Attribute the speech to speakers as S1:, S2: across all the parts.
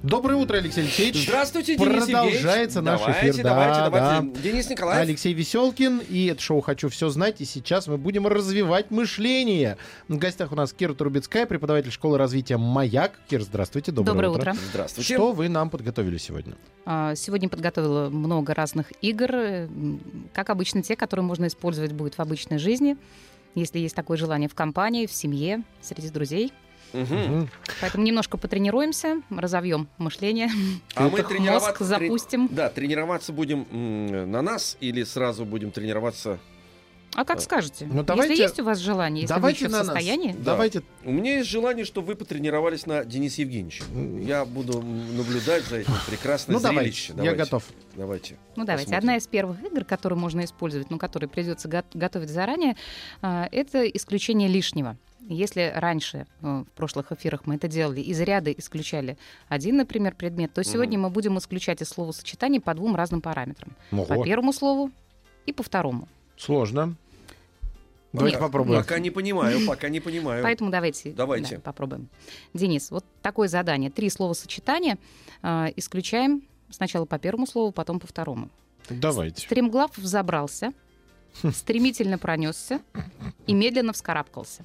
S1: Доброе утро, Алексей Алексеевич.
S2: Здравствуйте, Денис
S1: Продолжается
S2: Евгеевич.
S1: наш
S2: давайте,
S1: эфир.
S2: Давайте,
S1: Да,
S2: давайте,
S1: да.
S2: Денис Николаев.
S1: Алексей Веселкин и это шоу «Хочу все знать». И сейчас мы будем развивать мышление. В гостях у нас Кира Трубецкая, преподаватель школы развития «Маяк». Кир, здравствуйте, доброе,
S3: Доброе утро.
S2: Здравствуйте.
S1: Что вы нам подготовили сегодня?
S3: А, Сегодня подготовила много разных игр, э, м, как обычно те, которые можно использовать будет в обычной жизни, если есть такое желание в компании, в семье, среди друзей.
S2: Мгм.
S1: Мгм.
S3: Поэтому немножко потренируемся, разовьем мышление,
S2: А мы тренироваться...
S3: мозг запустим.
S2: Да, тренироваться будем м, на нас или сразу будем тренироваться...
S3: А как скажете?
S1: Ну, давайте-
S3: Если есть у вас желание, если вы
S1: Давайте
S3: еще в
S1: на нас.
S3: состоянии,
S2: Да.
S1: Давайте.
S2: У меня есть желание, чтобы вы потренировались на Дениса Евгеньевича. Я буду м, наблюдать за этим прекрасным
S1: Ну, давай.
S2: зрелище.
S1: Я готов.
S2: Давайте.
S3: Ну давайте.
S2: Посмотрим.
S3: Одна из первых игр, которую можно использовать, но которые придется го- готовить заранее, а, это исключение лишнего. Если раньше э, в прошлых эфирах мы это делали, из ряда исключали один, например, предмет, то сегодня мы будем исключать из словосочетаний по двум разным параметрам. По
S1: Ого,
S3: первому слову и по второму.
S1: сложно. Давайте
S3: Нет.
S1: попробуем.
S2: Пока не понимаю, пока не понимаю.
S3: Поэтому давайте,
S2: Э, Давайте.
S3: да, попробуем. Денис, вот такое задание. Три словосочетания э, исключаем сначала по первому слову, потом по второму.
S1: Давайте.
S3: Стремглав взобрался, стремительно пронесся и медленно вскарабкался.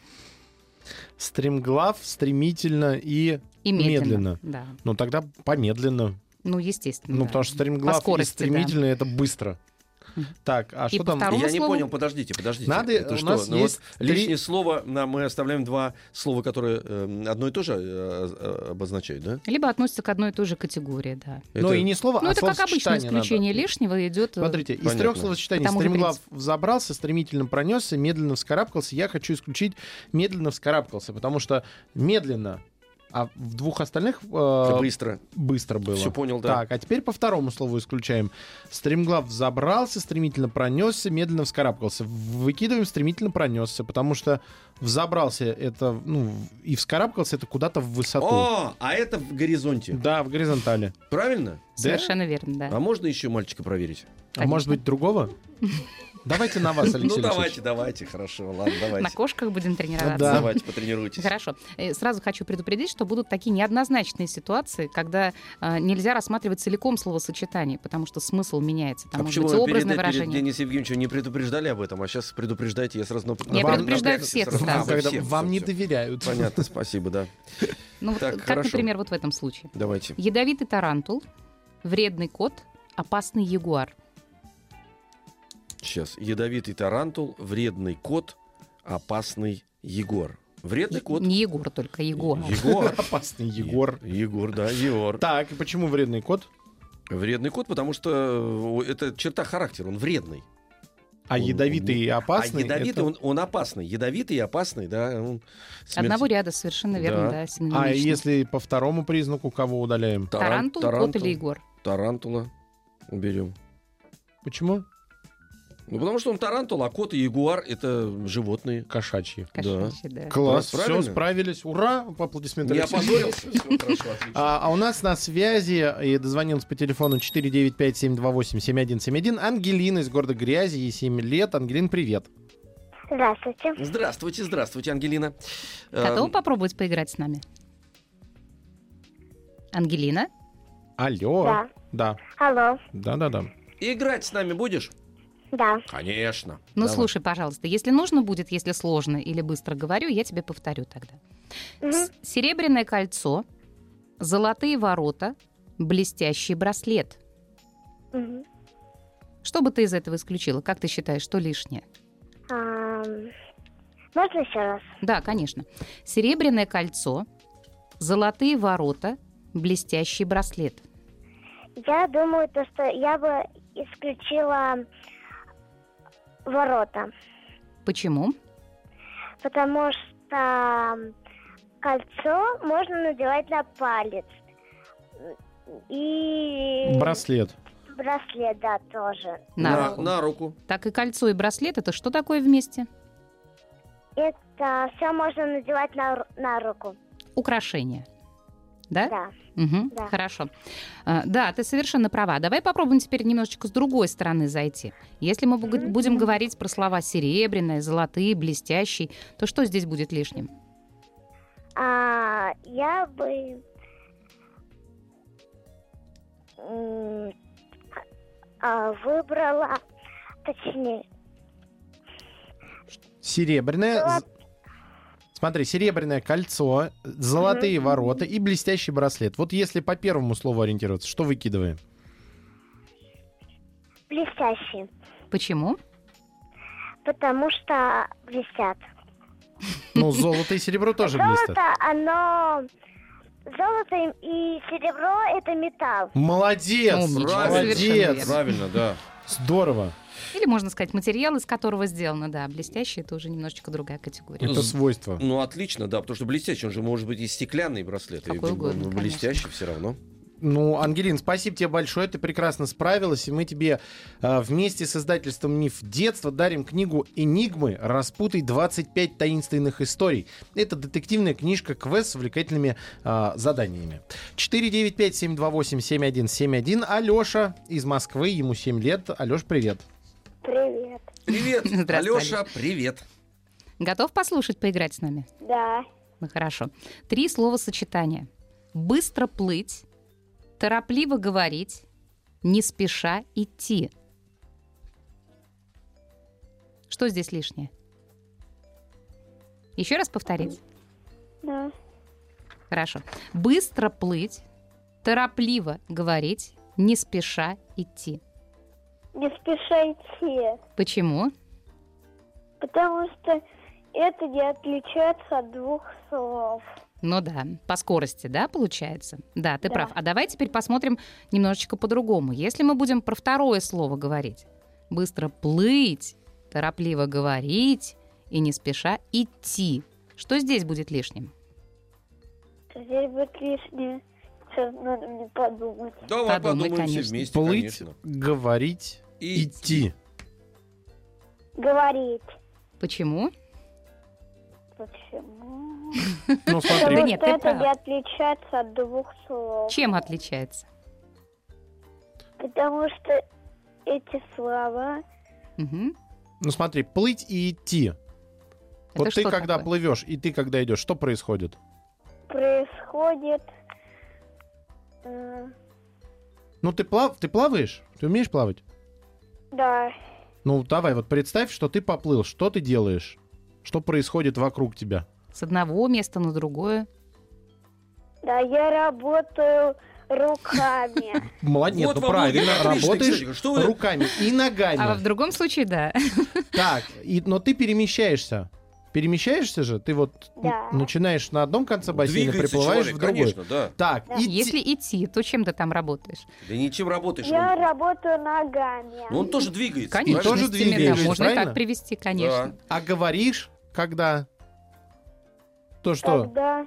S1: Стремглав, стремительно и...
S3: И медленно. Да.
S1: Ну, тогда помедленно.
S3: Ну, естественно.
S1: Ну,
S3: да.
S1: потому что стримглав
S3: По скорости,
S1: и стремительно это быстро.
S3: Мгм.
S1: Так, а
S3: И
S1: что
S3: по
S1: там?
S3: второму
S2: Я не
S3: слову?
S2: понял, подождите, подождите.
S1: Надо-
S2: это
S1: у
S2: что?
S1: нас
S2: Ну
S1: есть
S2: вот
S1: три-
S2: лишнее слово, на- мы оставляем два слова, которые эм, одно и то же э, обозначают, да?
S3: Либо относится к одной и той же категории, да.
S1: Ну и не слово,
S3: ну,
S1: а
S3: это как обычно
S1: словосочетание
S3: исключение
S1: надо.
S3: лишнего идет. э,
S1: Смотрите, из
S2: Понятно.
S1: трех словосочетаний
S3: По тому же
S1: стремглав взобрался, стремительно пронесся, медленно вскарабкался. Я хочу исключить медленно вскарабкался, потому что медленно, а в двух остальных э,
S2: Быстро.
S1: быстро было.
S2: Все понял, да.
S1: Так, а теперь по второму слову исключаем. Стремглав взобрался, стремительно пронесся, медленно вскарабкался. Выкидываем стремительно пронесся, потому что взобрался это, ну, и вскарабкался это куда-то в высоту.
S2: О, а это в горизонте.
S1: Да, в горизонтали.
S2: Правильно?
S3: Совершенно верно, да.
S2: А можно еще мальчика проверить?
S1: А может быть другого? Давайте на вас, Алексей
S2: Ну
S1: Алексеевич.
S2: давайте, давайте, хорошо, ладно,
S3: На
S2: давайте.
S3: кошках будем тренироваться.
S1: Да.
S2: Давайте, потренируйтесь.
S3: Хорошо. Э, Сразу хочу предупредить, что будут такие неоднозначные ситуации, когда э, нельзя рассматривать целиком словосочетание, потому что смысл меняется. Там
S2: А
S3: может
S2: почему
S3: быть
S2: вы
S3: образное
S2: перед, перед
S3: выражение.
S2: Денисом Евгеньевичем не предупреждали об этом, а сейчас предупреждаете, я сразу... нап-
S3: Я
S2: напрягся
S3: предупреждаю
S2: сразу.
S3: всех
S2: А,
S3: сразу.
S2: вы
S1: Когда
S2: всех,
S1: вам
S2: всё,
S1: не
S2: всё.
S1: доверяют.
S2: Понятно, спасибо, да.
S3: Ну, вот
S2: Так,
S3: как,
S2: хорошо.
S3: например, вот в этом случае.
S2: Давайте.
S3: Ядовитый тарантул, вредный кот, опасный ягуар.
S2: Сейчас. Ядовитый тарантул, вредный кот, опасный Егор. Вредный кот.
S3: Не Егор только, Егор.
S2: Егор.
S1: Опасный Егор.
S2: Егор, да, Егор.
S1: Так, и почему вредный кот?
S2: Вредный кот, потому что э, это черта характера, он вредный.
S1: А
S2: Он-
S1: ядовитый и опасный?
S2: а ядовитый,
S1: это-
S2: он, он опасный. Ядовитый и опасный, да. он смерти-
S3: Одного ряда, совершенно верно,
S2: Да.
S3: да,
S1: А
S3: синонимично.
S1: если по второму признаку кого удаляем?
S2: Таран-
S3: Тарантул, кот
S2: тарантул,
S3: или Егор?
S2: Тарантула уберем.
S1: Почему?
S2: Ну, потому что он тарантул, а кот и ягуар — это животные.
S1: Кошачьи.
S3: Кошачий, да.
S1: Класс,
S2: Да, правильно.
S1: все, справились. Ура! Аплодисменты.
S2: Не
S1: Алексею.
S2: опозорился? Всё, хорошо, отлично.
S1: А, а у нас на связи и дозвонился по телефону 495-728-7171 Ангелина из города Грязи, ей 7 лет. Ангелин, привет.
S4: Здравствуйте.
S2: Здравствуйте, здравствуйте, Ангелина.
S3: Готовы
S2: Эм,
S3: попробовать поиграть с нами? Ангелина?
S1: Алло.
S4: Да.
S1: Да,
S4: Алло.
S1: да, да, да.
S2: Играть с нами будешь?
S4: Да.
S2: Конечно.
S3: Ну,
S2: Давай.
S3: слушай, пожалуйста, если нужно будет, если сложно или быстро говорю, я тебе повторю тогда.
S4: Мгм.
S3: С- Серебряное кольцо, золотые ворота, блестящий браслет.
S4: Мгм.
S3: Что бы ты из этого исключила? Как ты считаешь, что лишнее?
S4: Ам, Можно еще раз?
S3: Да, конечно. Серебряное кольцо, золотые ворота, блестящий браслет.
S4: Я думаю, то, что я бы исключила ворота,
S3: Почему?
S4: потому что кольцо можно надевать на палец. И
S1: Браслет.
S4: браслет, да, тоже.
S3: На
S2: На-
S3: руку.
S2: на руку.
S3: Так и кольцо, и браслет это что такое вместе?
S4: Это все можно надевать на, ру- на руку.
S3: Украшение. Да?
S4: Да.
S3: Мгм,
S4: Да.
S3: Хорошо. А, Да, ты совершенно права. Давай попробуем теперь немножечко с другой стороны зайти. Если мы буг-
S4: Мгм.
S3: будем говорить про слова серебряные, золотые, блестящий, то что здесь будет лишним?
S4: А, я бы... м, а, выбрала... Точнее,
S1: Серебряное... з-
S4: Золот-
S1: Смотри, серебряное кольцо, золотые
S4: Мгм.
S1: ворота и блестящий браслет. Вот если по первому слову ориентироваться, что выкидываем?
S4: блестящие.
S3: Почему?
S4: Потому что блестят.
S1: Ну, золото и серебро тоже блестят.
S4: Золото, оно... Золото и серебро — это металл.
S1: Молодец!
S3: Умничка, Ну, совершенно
S1: Молодец!
S3: верно.
S2: Правильно, да.
S1: Здорово!
S3: Или можно сказать материал, из которого сделано, да, блестящий это уже немножечко другая категория.
S1: Это
S2: З-
S1: свойство.
S2: Ну, отлично, да, потому что блестящий, он же может быть и стеклянный браслет.
S3: Какой
S2: и, ну,
S3: угодно, конечно.
S2: блестящий все равно.
S1: Ну, Ангелин, спасибо тебе большое, ты прекрасно справилась, и мы тебе э, вместе с издательством «Миф детства» дарим книгу «Энигмы. Распутай 25 таинственных историй». Это детективная книжка-квест с увлекательными э, заданиями. 495-728-7171. Алеша из Москвы, ему 7 лет. Алеш, привет.
S4: Привет.
S2: Привет,
S3: Здравствуй,
S2: Алеша, привет.
S3: Готов послушать, поиграть с нами?
S4: Да.
S3: Ну хорошо. Три словосочетания. Быстро плыть, торопливо говорить, не спеша идти. Что здесь лишнее? Еще раз повторить.
S4: Да.
S3: Хорошо. Быстро плыть, торопливо говорить, не спеша идти.
S4: Не спешайте,
S3: Почему?
S4: потому что это не отличается от двух слов.
S3: Ну да, по скорости, да, получается? Да, ты
S4: Да.
S3: прав. А давай теперь посмотрим немножечко по-другому. Если мы будем про второе слово говорить, быстро плыть, торопливо говорить и не спеша идти, что здесь будет лишним?
S4: Теперь будет лишнее. Сейчас надо мне подумать.
S2: Давай
S3: Подумай,
S2: подумаем все
S3: конечно.
S2: вместе,
S1: Плыть,
S2: конечно.
S1: говорить,
S2: И-
S1: идти.
S4: Говорить.
S3: Почему?
S4: Почему?
S1: Ну,
S4: Потому
S1: смотри,
S3: нет,
S4: что
S3: ты
S4: это
S3: прав.
S4: не отличается от двух слов.
S3: Чем отличается?
S4: Потому что эти слова...
S3: Мгм.
S1: ну, смотри, плыть и идти.
S3: Это
S1: Вот ты
S3: что
S1: когда
S3: такое?
S1: плывешь и ты когда идешь, что происходит?
S4: происходит... э,
S1: Ну, ты, плав... ты плаваешь? Ты умеешь плавать?
S4: Да,
S1: Ну, давай, вот представь, что ты поплыл. Что ты делаешь? Что происходит вокруг тебя?
S3: С одного места на другое.
S4: да, я работаю руками.
S1: Молодец,
S2: Вот
S1: ну
S2: вам
S1: правильно,
S2: логика, отлично,
S1: работаешь
S2: кстати, что вы-
S1: руками и ногами.
S3: А в другом случае, да.
S1: Так, и- но ты перемещаешься. Перемещаешься же, ты вот н-
S4: Да.
S1: начинаешь на одном конце бассейна,
S2: Двигается
S1: приплываешь
S2: Ну, человек,
S1: в другой.
S2: конечно, да.
S1: Так,
S4: Да.
S1: идти-
S3: А Если идти, то чем ты там работаешь?
S2: Да ничем работаешь.
S4: Я
S2: Он,
S4: работаю ногами.
S2: ну, он тоже двигается.
S3: Конечно,
S1: тоже
S2: правильно?
S3: с теми, да,
S1: двигаешься,
S3: можно и
S1: правильно?
S3: так привести, конечно.
S2: Да.
S1: а говоришь, когда? То что?
S4: Когда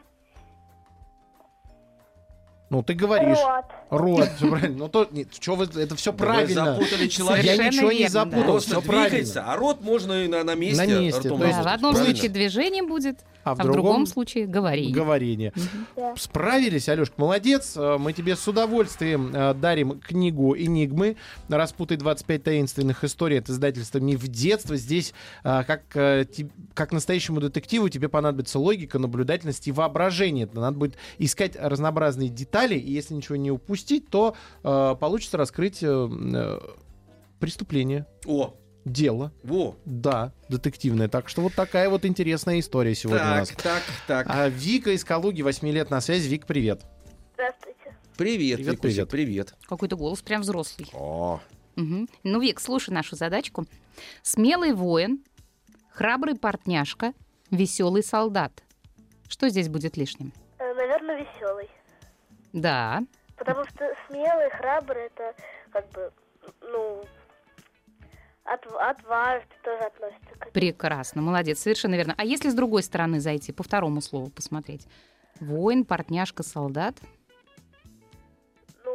S1: Ну, ты говоришь.
S4: рот.
S1: Рот, все правильно. Ну, то, нет, чё вы, это все
S2: Да вы
S1: правильно.
S2: запутали
S1: Я
S2: человека.
S3: Совершенно
S1: ничего не
S3: верно,
S1: запутал,
S3: да.
S2: Просто
S1: все правильно.
S2: двигается, а рот можно и на, на месте.
S1: На месте,
S2: ртом
S1: то есть-
S3: Да, в
S2: работать,
S3: одном
S2: правильно?
S3: случае движение будет,
S1: А
S3: а в другом случае говори.
S1: говорение.
S4: Да.
S1: Справились, Алешка, молодец. Э, Мы тебе с удовольствием э, дарим книгу «Энигмы. Распутай 25 таинственных историй» от издательства «Миф детства». Здесь, э, как, э, ти- как настоящему детективу, тебе понадобится логика, наблюдательность и воображение. Это Надо будет искать разнообразные детали, и если ничего не упустить, то э, получится раскрыть э, э, преступление,
S2: О,
S1: дело.
S2: во.
S1: Да, детективное. Так что вот такая вот интересная история сегодня у нас.
S2: Так, так, так.
S1: А Вика из Калуги, 8 лет на связи. Вик, привет.
S4: Здравствуйте.
S2: Привет,
S1: Привет,
S2: Викуся, привет.
S3: Какой-то голос прям взрослый.
S2: О,
S3: Мгм. Ну, Вик, слушай нашу задачку. Смелый воин, храбрый портняшка, веселый солдат. Что здесь будет лишним?
S4: Наверное, Э, веселый.
S3: Да,
S4: Потому что смелый, храбрый, это как бы, ну, отв- отважный тоже относится к этому.
S3: прекрасно, молодец, совершенно верно. А если с другой стороны зайти, по второму слову посмотреть? Воин, портняшка, солдат.
S4: Ну,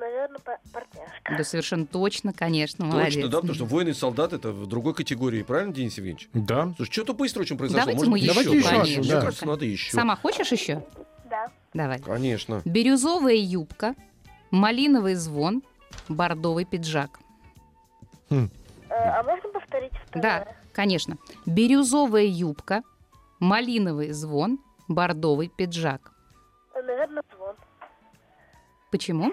S4: наверное, партняшка.
S3: Да, совершенно точно, конечно,
S2: точно,
S3: молодец.
S2: да, потому что воины и солдат это в другой категории, правильно, Денис Евгеньевич?
S1: Да.
S2: Слушай, что-то быстро очень произошло.
S3: Давайте
S2: Может,
S3: мы
S1: еще
S2: еще,
S1: поменьше,
S2: Мне
S1: да.
S2: кажется, надо еще.
S3: Сама хочешь еще?
S4: Да.
S3: Давай.
S2: Конечно.
S3: Бирюзовая юбка, малиновый звон, бордовый пиджак.
S4: Э, А можно повторить второе?
S3: Да, конечно. Бирюзовая юбка, малиновый звон, бордовый пиджак.
S4: Э, Наверное, звон.
S3: Почему?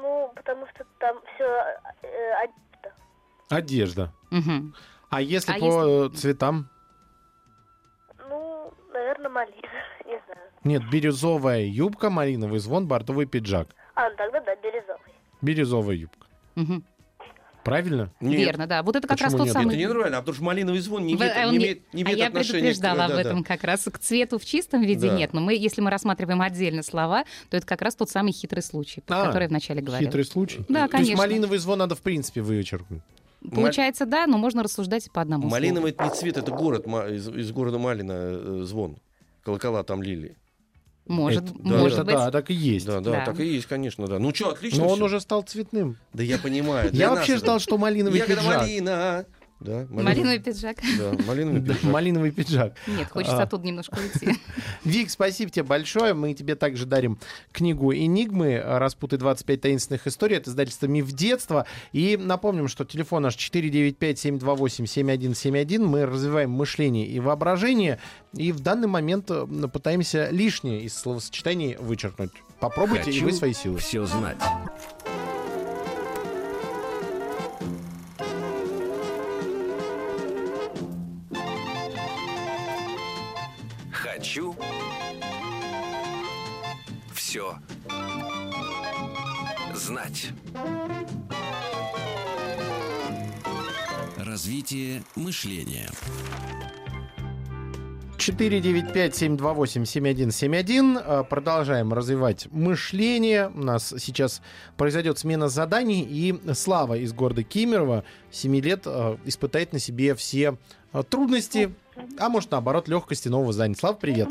S4: Ну, потому что там э, все одежда.
S1: Одежда.
S3: Мгм.
S1: А если
S3: А
S1: по э, цветам?
S4: Ну, наверное, малина. Не знаю.
S1: Нет, бирюзовая юбка, малиновый звон, бордовый пиджак.
S4: А, ну тогда да, бирюзовый.
S1: Бирюзовая юбка.
S3: Мгм.
S1: Правильно?
S2: Нет.
S3: Верно, да. Вот это как раз
S1: Почему
S3: тот
S1: нет?
S2: Нет,
S3: самый.
S2: это неправильно, а потому что малиновый звон не
S3: Вы-
S2: имеет,
S3: а
S2: не
S3: он не-
S2: имеет- не
S3: а
S2: имеет
S3: я
S2: отношения
S3: предупреждала
S2: к- да,
S3: об
S2: да.
S3: этом как раз. К цвету в чистом виде
S2: Да.
S3: нет. Но мы, если мы рассматриваем отдельно слова, то это как раз тот самый хитрый случай, про
S1: А,
S3: который я вначале говорила.
S1: Хитрый случай.
S3: Да,
S1: То есть
S3: конечно.
S1: малиновый звон надо в принципе вычеркнуть.
S3: Получается, да, но можно рассуждать и по одному слову.
S2: Малиновый это не цвет, это город Ма- из, из города Малина э, звон. Колокола там лили.
S3: Может,
S2: Это- да,
S3: может
S1: это,
S3: быть.
S1: Да, так и есть.
S2: Да, да,
S3: Да.
S2: так и есть, конечно, да. Ну что, отлично.
S1: Но он
S2: всё.
S1: уже стал цветным.
S2: Да я понимаю. для
S1: Я
S2: нас
S1: вообще
S2: это-
S1: ждал, что малиновый
S2: Ягода
S1: пиджак.
S2: малина. Да,
S3: Малиновый пиджак.
S2: Да, малиновый
S1: Да,
S2: пиджак.
S1: малиновый пиджак.
S3: Нет, хочется
S1: А.
S3: оттуда немножко уйти.
S1: Вик, спасибо тебе большое. Мы тебе также дарим книгу «Энигмы. Распутай 25 таинственных историй» от издательства «Миф детства». И напомним, что телефон наш 495-728-7171. Мы развиваем мышление и воображение. И в данный момент э, пытаемся лишнее из словосочетаний вычеркнуть. Попробуйте и
S5: Хочу
S1: вы свои силы.
S5: все знать. Хочу все знать. Развитие мышления.
S1: 495-728-7171. Э, Продолжаем развивать мышление. У нас сейчас произойдет смена заданий, и Слава из города Кемерово, 7 лет, э, испытает на себе все э, трудности, а может, наоборот, легкости нового задания. Слав, привет.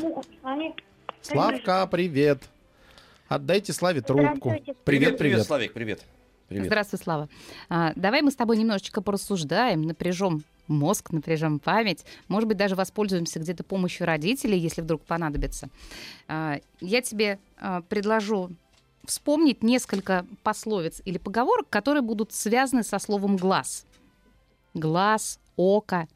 S1: Славка, привет. Отдайте Славе трубку.
S4: Здравствуйте.
S1: Привет, привет.
S2: Славик, привет. Привет.
S3: Здравствуй, Слава. А, давай мы с тобой немножечко порассуждаем, напряжем мозг, напряжем память. Может быть, даже воспользуемся где-то помощью родителей, если вдруг понадобится. А, я тебе а, предложу вспомнить несколько пословиц или поговорок, которые будут связаны со словом «глаз». Глаз, око.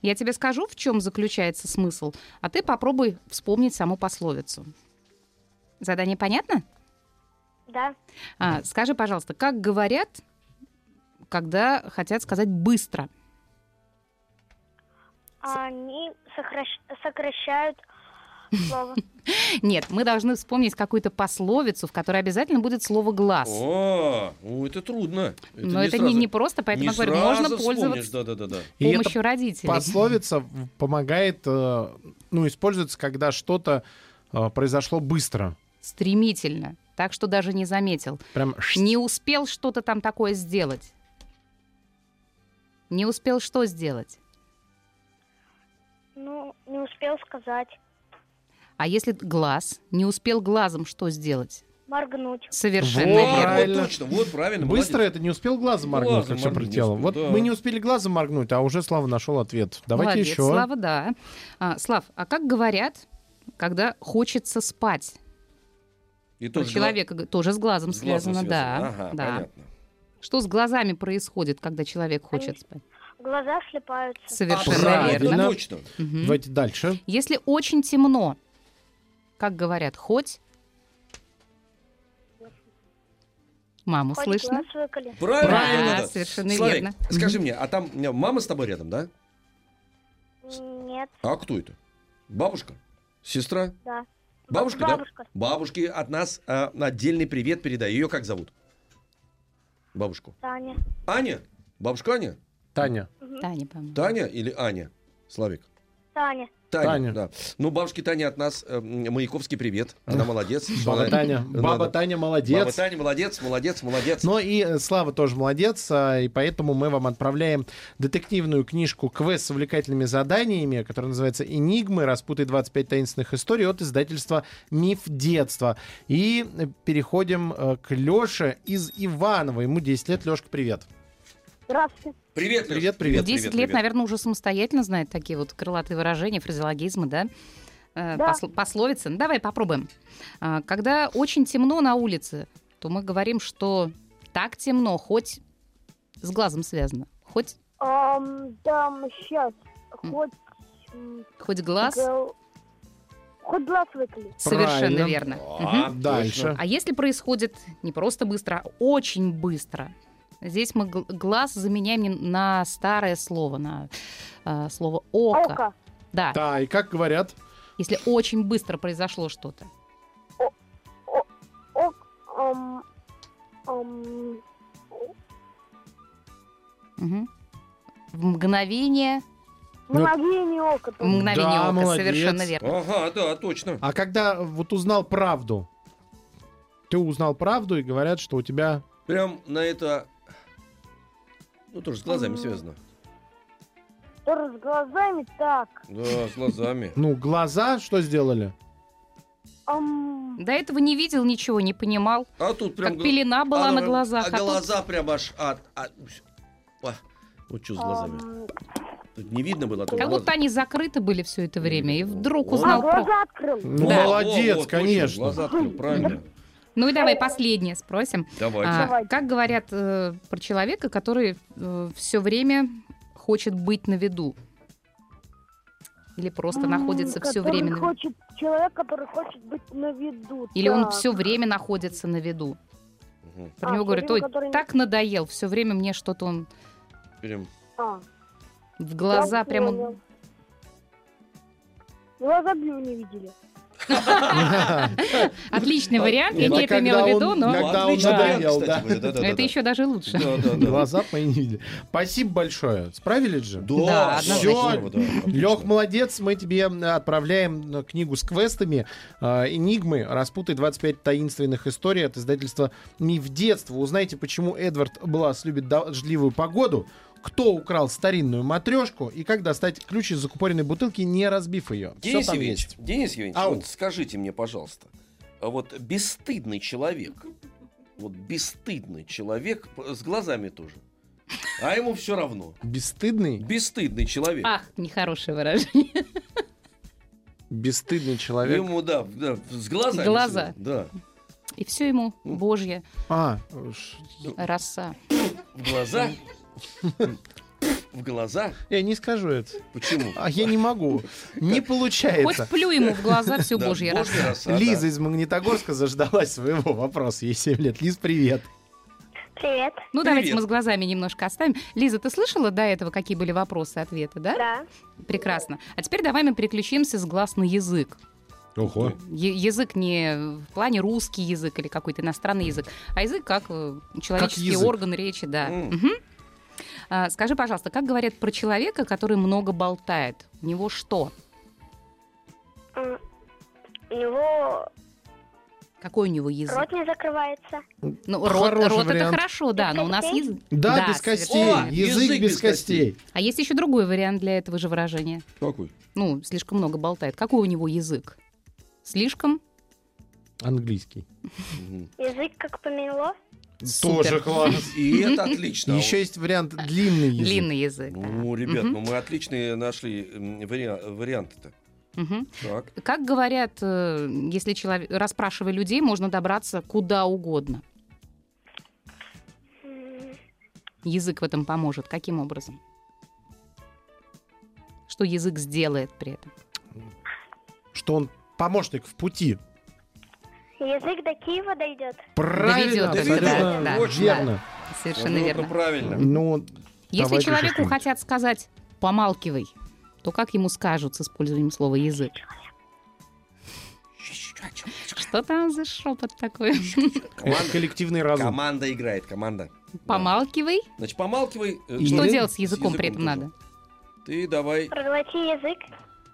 S3: Я тебе скажу, в чем заключается смысл, а ты попробуй вспомнить саму пословицу. Задание понятно?
S4: Да.
S3: А, скажи, пожалуйста, как говорят, когда хотят сказать быстро?
S4: а Они сокращ- сокращают слово.
S3: Нет, мы должны вспомнить какую-то пословицу, в которой обязательно будет слово глаз.
S2: О, о, это трудно.
S3: Но это не,
S2: сразу-
S3: не просто, поэтому я
S2: не
S3: говорю,
S2: сразу
S3: можно
S2: вспомнишь,
S3: пользоваться
S2: Да-да-да.
S1: И это
S3: помощью родителей.
S1: Пословица в- помогает, э, ну, используется, когда что-то э, произошло быстро.
S3: Стремительно. Так что даже не заметил.
S1: Прям
S3: Не успел что-то там такое сделать. Не успел что сделать?
S4: Ну, не успел сказать.
S3: А если глаз? Не успел глазом что сделать?
S4: Моргнуть.
S3: Совершенно
S1: Во,
S3: верно.
S2: Вот,
S1: Правильно.
S2: вот точно, вот правильно.
S1: Быстро
S2: молодец.
S1: это не успел глазом моргнуть,
S2: Глазом
S1: как все
S2: моргнуть
S1: пролетело.
S2: не
S1: Вот
S2: успел, да.
S1: мы не успели глазом моргнуть, а уже Слава нашел ответ. Давайте
S3: Молодец,
S1: еще.
S3: Слава, да. А, Слав, а как говорят, когда хочется спать?
S2: И
S3: У
S2: тоже
S3: человека г- тоже с глазом
S2: гла- с глазом
S3: связано, да.
S2: связано. Ага,
S3: да.
S2: понятно.
S3: Что с глазами происходит, когда человек хочет
S4: Они-
S3: спать?
S4: Глаза слепаются.
S3: Совершенно
S2: Правильно,
S3: верно.
S2: точно.
S3: Мгм.
S1: Давайте дальше.
S3: Если очень темно, как говорят, хоть... Маму
S4: Хоть
S3: слышно?
S4: глаз выколи.
S2: Правильно.
S3: Да,
S2: да.
S3: совершенно
S2: Славик,
S3: верно.
S2: скажи мне, а там у меня мама с тобой рядом, да?
S4: Нет,
S2: А кто это? Бабушка? Сестра?
S4: да.
S2: Бабушка, да?
S4: Бабушка.
S2: Бабушке от нас а, отдельный привет передай. Ее как зовут? Бабушку.
S4: Таня.
S2: Аня? Бабушка Аня?
S1: Таня.
S3: Таня, по-моему.
S2: Таня или Аня? Славик.
S4: Таня.
S2: Таня.
S1: Таня.
S2: Да. Ну, бабушке Тане от нас э, м, Маяковский привет. Она молодец. что
S1: Баба
S2: она-
S1: Таня.
S2: Да,
S1: Баба
S2: да.
S1: Таня
S2: Баба
S1: молодец.
S2: Таня молодец, молодец, молодец.
S1: Но и э, Слава тоже молодец, а, и поэтому мы вам отправляем детективную книжку «Квест с увлекательными заданиями», которая называется «Энигмы. Распутай 25 таинственных историй» от издательства «Миф детства». И э, переходим э, к Лёше из Иванова. Ему 10 лет. Лёшка, привет.
S4: Здравствуйте.
S2: Привет, Лёш.
S1: Привет, привет.
S2: Привет,
S3: 10 лет,
S2: привет.
S3: наверное, уже самостоятельно знает такие вот крылатые выражения, фразеологизмы, да? э,
S4: Да.
S3: посл- пословица. Ну, Давай попробуем. А, Когда очень темно на улице, то мы говорим, что так темно, хоть с глазом связано. Хоть,
S4: Ам, там сейчас
S3: М.
S4: хоть... м,
S3: хоть глаз.
S4: гол- Хоть глаз выкли.
S3: Совершенно
S1: Правильно.
S3: верно.
S2: А,
S3: Мгм.
S2: точно.
S1: Дальше.
S3: А если происходит не просто быстро, а очень быстро, здесь мы гл- глаз заменяем не на старое слово, на э, слово око.
S4: Око.
S3: Да,
S1: Да, и как говорят,
S3: если очень быстро произошло что-то.
S4: Ок. ам,
S3: Ну,
S4: ам,
S3: Мгм. В мгновение,
S1: Ну,
S4: мгновение ока.
S3: в мгновение
S1: Да,
S3: ока,
S1: молодец.
S3: совершенно верно.
S2: Ага, да, точно.
S1: а когда вот узнал правду, ты узнал правду и говорят, что у тебя
S2: Прям на это... Ну, тоже с
S3: А,
S2: глазами связано.
S4: Тоже с глазами так.
S2: Да, с глазами.
S1: Ну, глаза что сделали?
S4: Ам,
S3: До этого не видел ничего, не понимал.
S2: А тут прям...
S3: как
S2: гл-
S3: пелена была
S2: а,
S3: на
S2: а,
S3: глазах.
S2: А
S3: а тут-
S2: глаза прям аж... А, а, а, вот что с глазами?
S4: ам,
S2: Тут не видно было, а тут
S3: Как
S2: глаза.
S3: будто они закрыты были все это время, и вдруг
S2: О.
S4: А
S3: узнал про...
S4: глаза открыл.
S1: Ну,
S3: Да.
S1: молодец,
S2: Во, во, точно,
S1: конечно.
S2: Глаза открыл, правильно.
S3: Ну и давай последнее спросим.
S2: Давайте.
S3: А,
S4: Давайте.
S3: как говорят э, про человека, который все время хочет быть на виду? Или просто
S4: М,
S3: находится все
S4: который
S3: время на ви-
S4: хочет, человек, который хочет быть на виду.
S3: Или он
S4: так.
S3: все время находится на виду?
S2: Мгм.
S3: Про
S4: А,
S3: него
S4: всё
S3: говорят,
S4: время,
S3: ой,
S4: который не-
S3: так надоел, все время мне что-то он
S2: Прям
S4: А,
S3: в глаза
S4: я
S3: прямо...
S4: понял. Глаза бы его не видели.
S3: Отличный вариант, я
S1: Ну,
S3: не
S1: а
S3: это имела в
S1: когда
S3: виду,
S1: он-
S3: но
S1: когда он
S2: Отличный вариант,
S1: надоел,
S2: Ну, кстати,
S1: да.
S2: говорю, да-да-да-да.
S3: это еще даже лучше.
S2: Да, да, да.
S1: Глаза мы не видели. Спасибо большое. Справились же?
S2: Да,
S3: Да,
S2: всё,
S1: однозначно.
S2: здорово, да, отлично.
S1: Лех, молодец, мы тебе отправляем книгу с квестами э, «Энигмы. Распутай 25 таинственных историй» от издательства «Миф детства». Узнаете, почему Эдвард Блас любит дождливую погоду, кто украл старинную матрешку и как достать ключ из закупоренной бутылки, не разбив ее. Все
S2: Денис
S1: там
S2: Евгеньевич,
S1: есть.
S2: Денис Евгеньевич,
S1: Ау.
S2: вот скажите мне, пожалуйста, а вот бесстыдный человек, вот бесстыдный человек п- с глазами тоже, а ему все равно.
S1: Бесстыдный,
S2: Бесстыдный человек.
S3: Ах, нехорошее выражение.
S1: бесстыдный человек.
S2: Ему, да, да, с глазами.
S3: Глаза.
S2: всё, Да,
S3: И все ему божье
S1: А, ш-
S3: роса.
S2: в глаза. В глаза?
S1: я не скажу это.
S2: Почему?
S1: А я не могу. Не получается.
S3: Хоть плю ему в глаза, все
S2: Да,
S3: божье роса.
S2: божья роса, да.
S1: Лиза из Магнитогорска заждалась своего вопроса. Ей 7 лет. Лиз, привет.
S4: Привет.
S3: Ну,
S2: Привет.
S3: давайте мы с глазами немножко оставим. Лиза, ты слышала до этого, какие были вопросы и ответы, да?
S4: Да.
S3: Прекрасно. А теперь давай мы переключимся с глаз на язык.
S1: Ого.
S3: Е- язык не в плане русский язык или какой-то иностранный язык, а язык как э, человеческий
S1: язык.
S3: орган речи, да.
S2: М.
S3: Мгм. А, скажи, пожалуйста, как говорят про человека, который много болтает? У него что?
S4: М, У него
S3: Какой у него язык?
S4: рот не закрывается.
S3: Ну, рот,
S1: Хороший
S3: рот это
S1: вариант.
S3: хорошо, да, но у нас
S4: Костей?
S3: язык.
S1: Да, без костей.
S3: совершенно
S2: О,
S3: верно.
S1: язык, без костей.
S3: А есть еще другой вариант для этого же выражения.
S2: Какой?
S3: ну, слишком много болтает. Какой у него язык? Слишком?
S1: Английский.
S2: Мгм.
S4: Язык как помело.
S3: Супер.
S1: Тоже класс.
S2: И это отлично. А
S1: Еще есть вариант длинный язык.
S3: Длинный язык. да.
S2: Ну, ребят,
S3: Мгм,
S2: ну мы отличные нашли м, вариа- варианты-то.
S3: мгм.
S2: Так.
S3: Как говорят, э, если человек, расспрашивая людей, можно добраться куда угодно.
S4: М,
S3: Язык в этом поможет. Каким образом? Что язык сделает при этом?
S1: Что он помощник в пути.
S4: Язык до Киева дойдет.
S1: Правильно,
S3: Доведет,
S1: абсолютно
S2: да, да,
S1: верно.
S3: Совершенно
S2: Ну,
S3: верно.
S2: правильно.
S1: Ну,
S3: Если
S1: давай, Ксюша,
S3: человеку
S1: что-нибудь.
S3: хотят сказать «помалкивай», то как ему скажут с использованием слова «язык»? Что там за шепот такой?
S1: это коллективный разум.
S2: Команда играет, команда.
S3: «Помалкивай»?
S2: Значит, помалкивай. э,
S1: И-
S3: Что
S1: Или
S3: делать с языком при этом
S2: тоже.
S3: надо?
S2: Ты давай.
S4: Проглоти язык.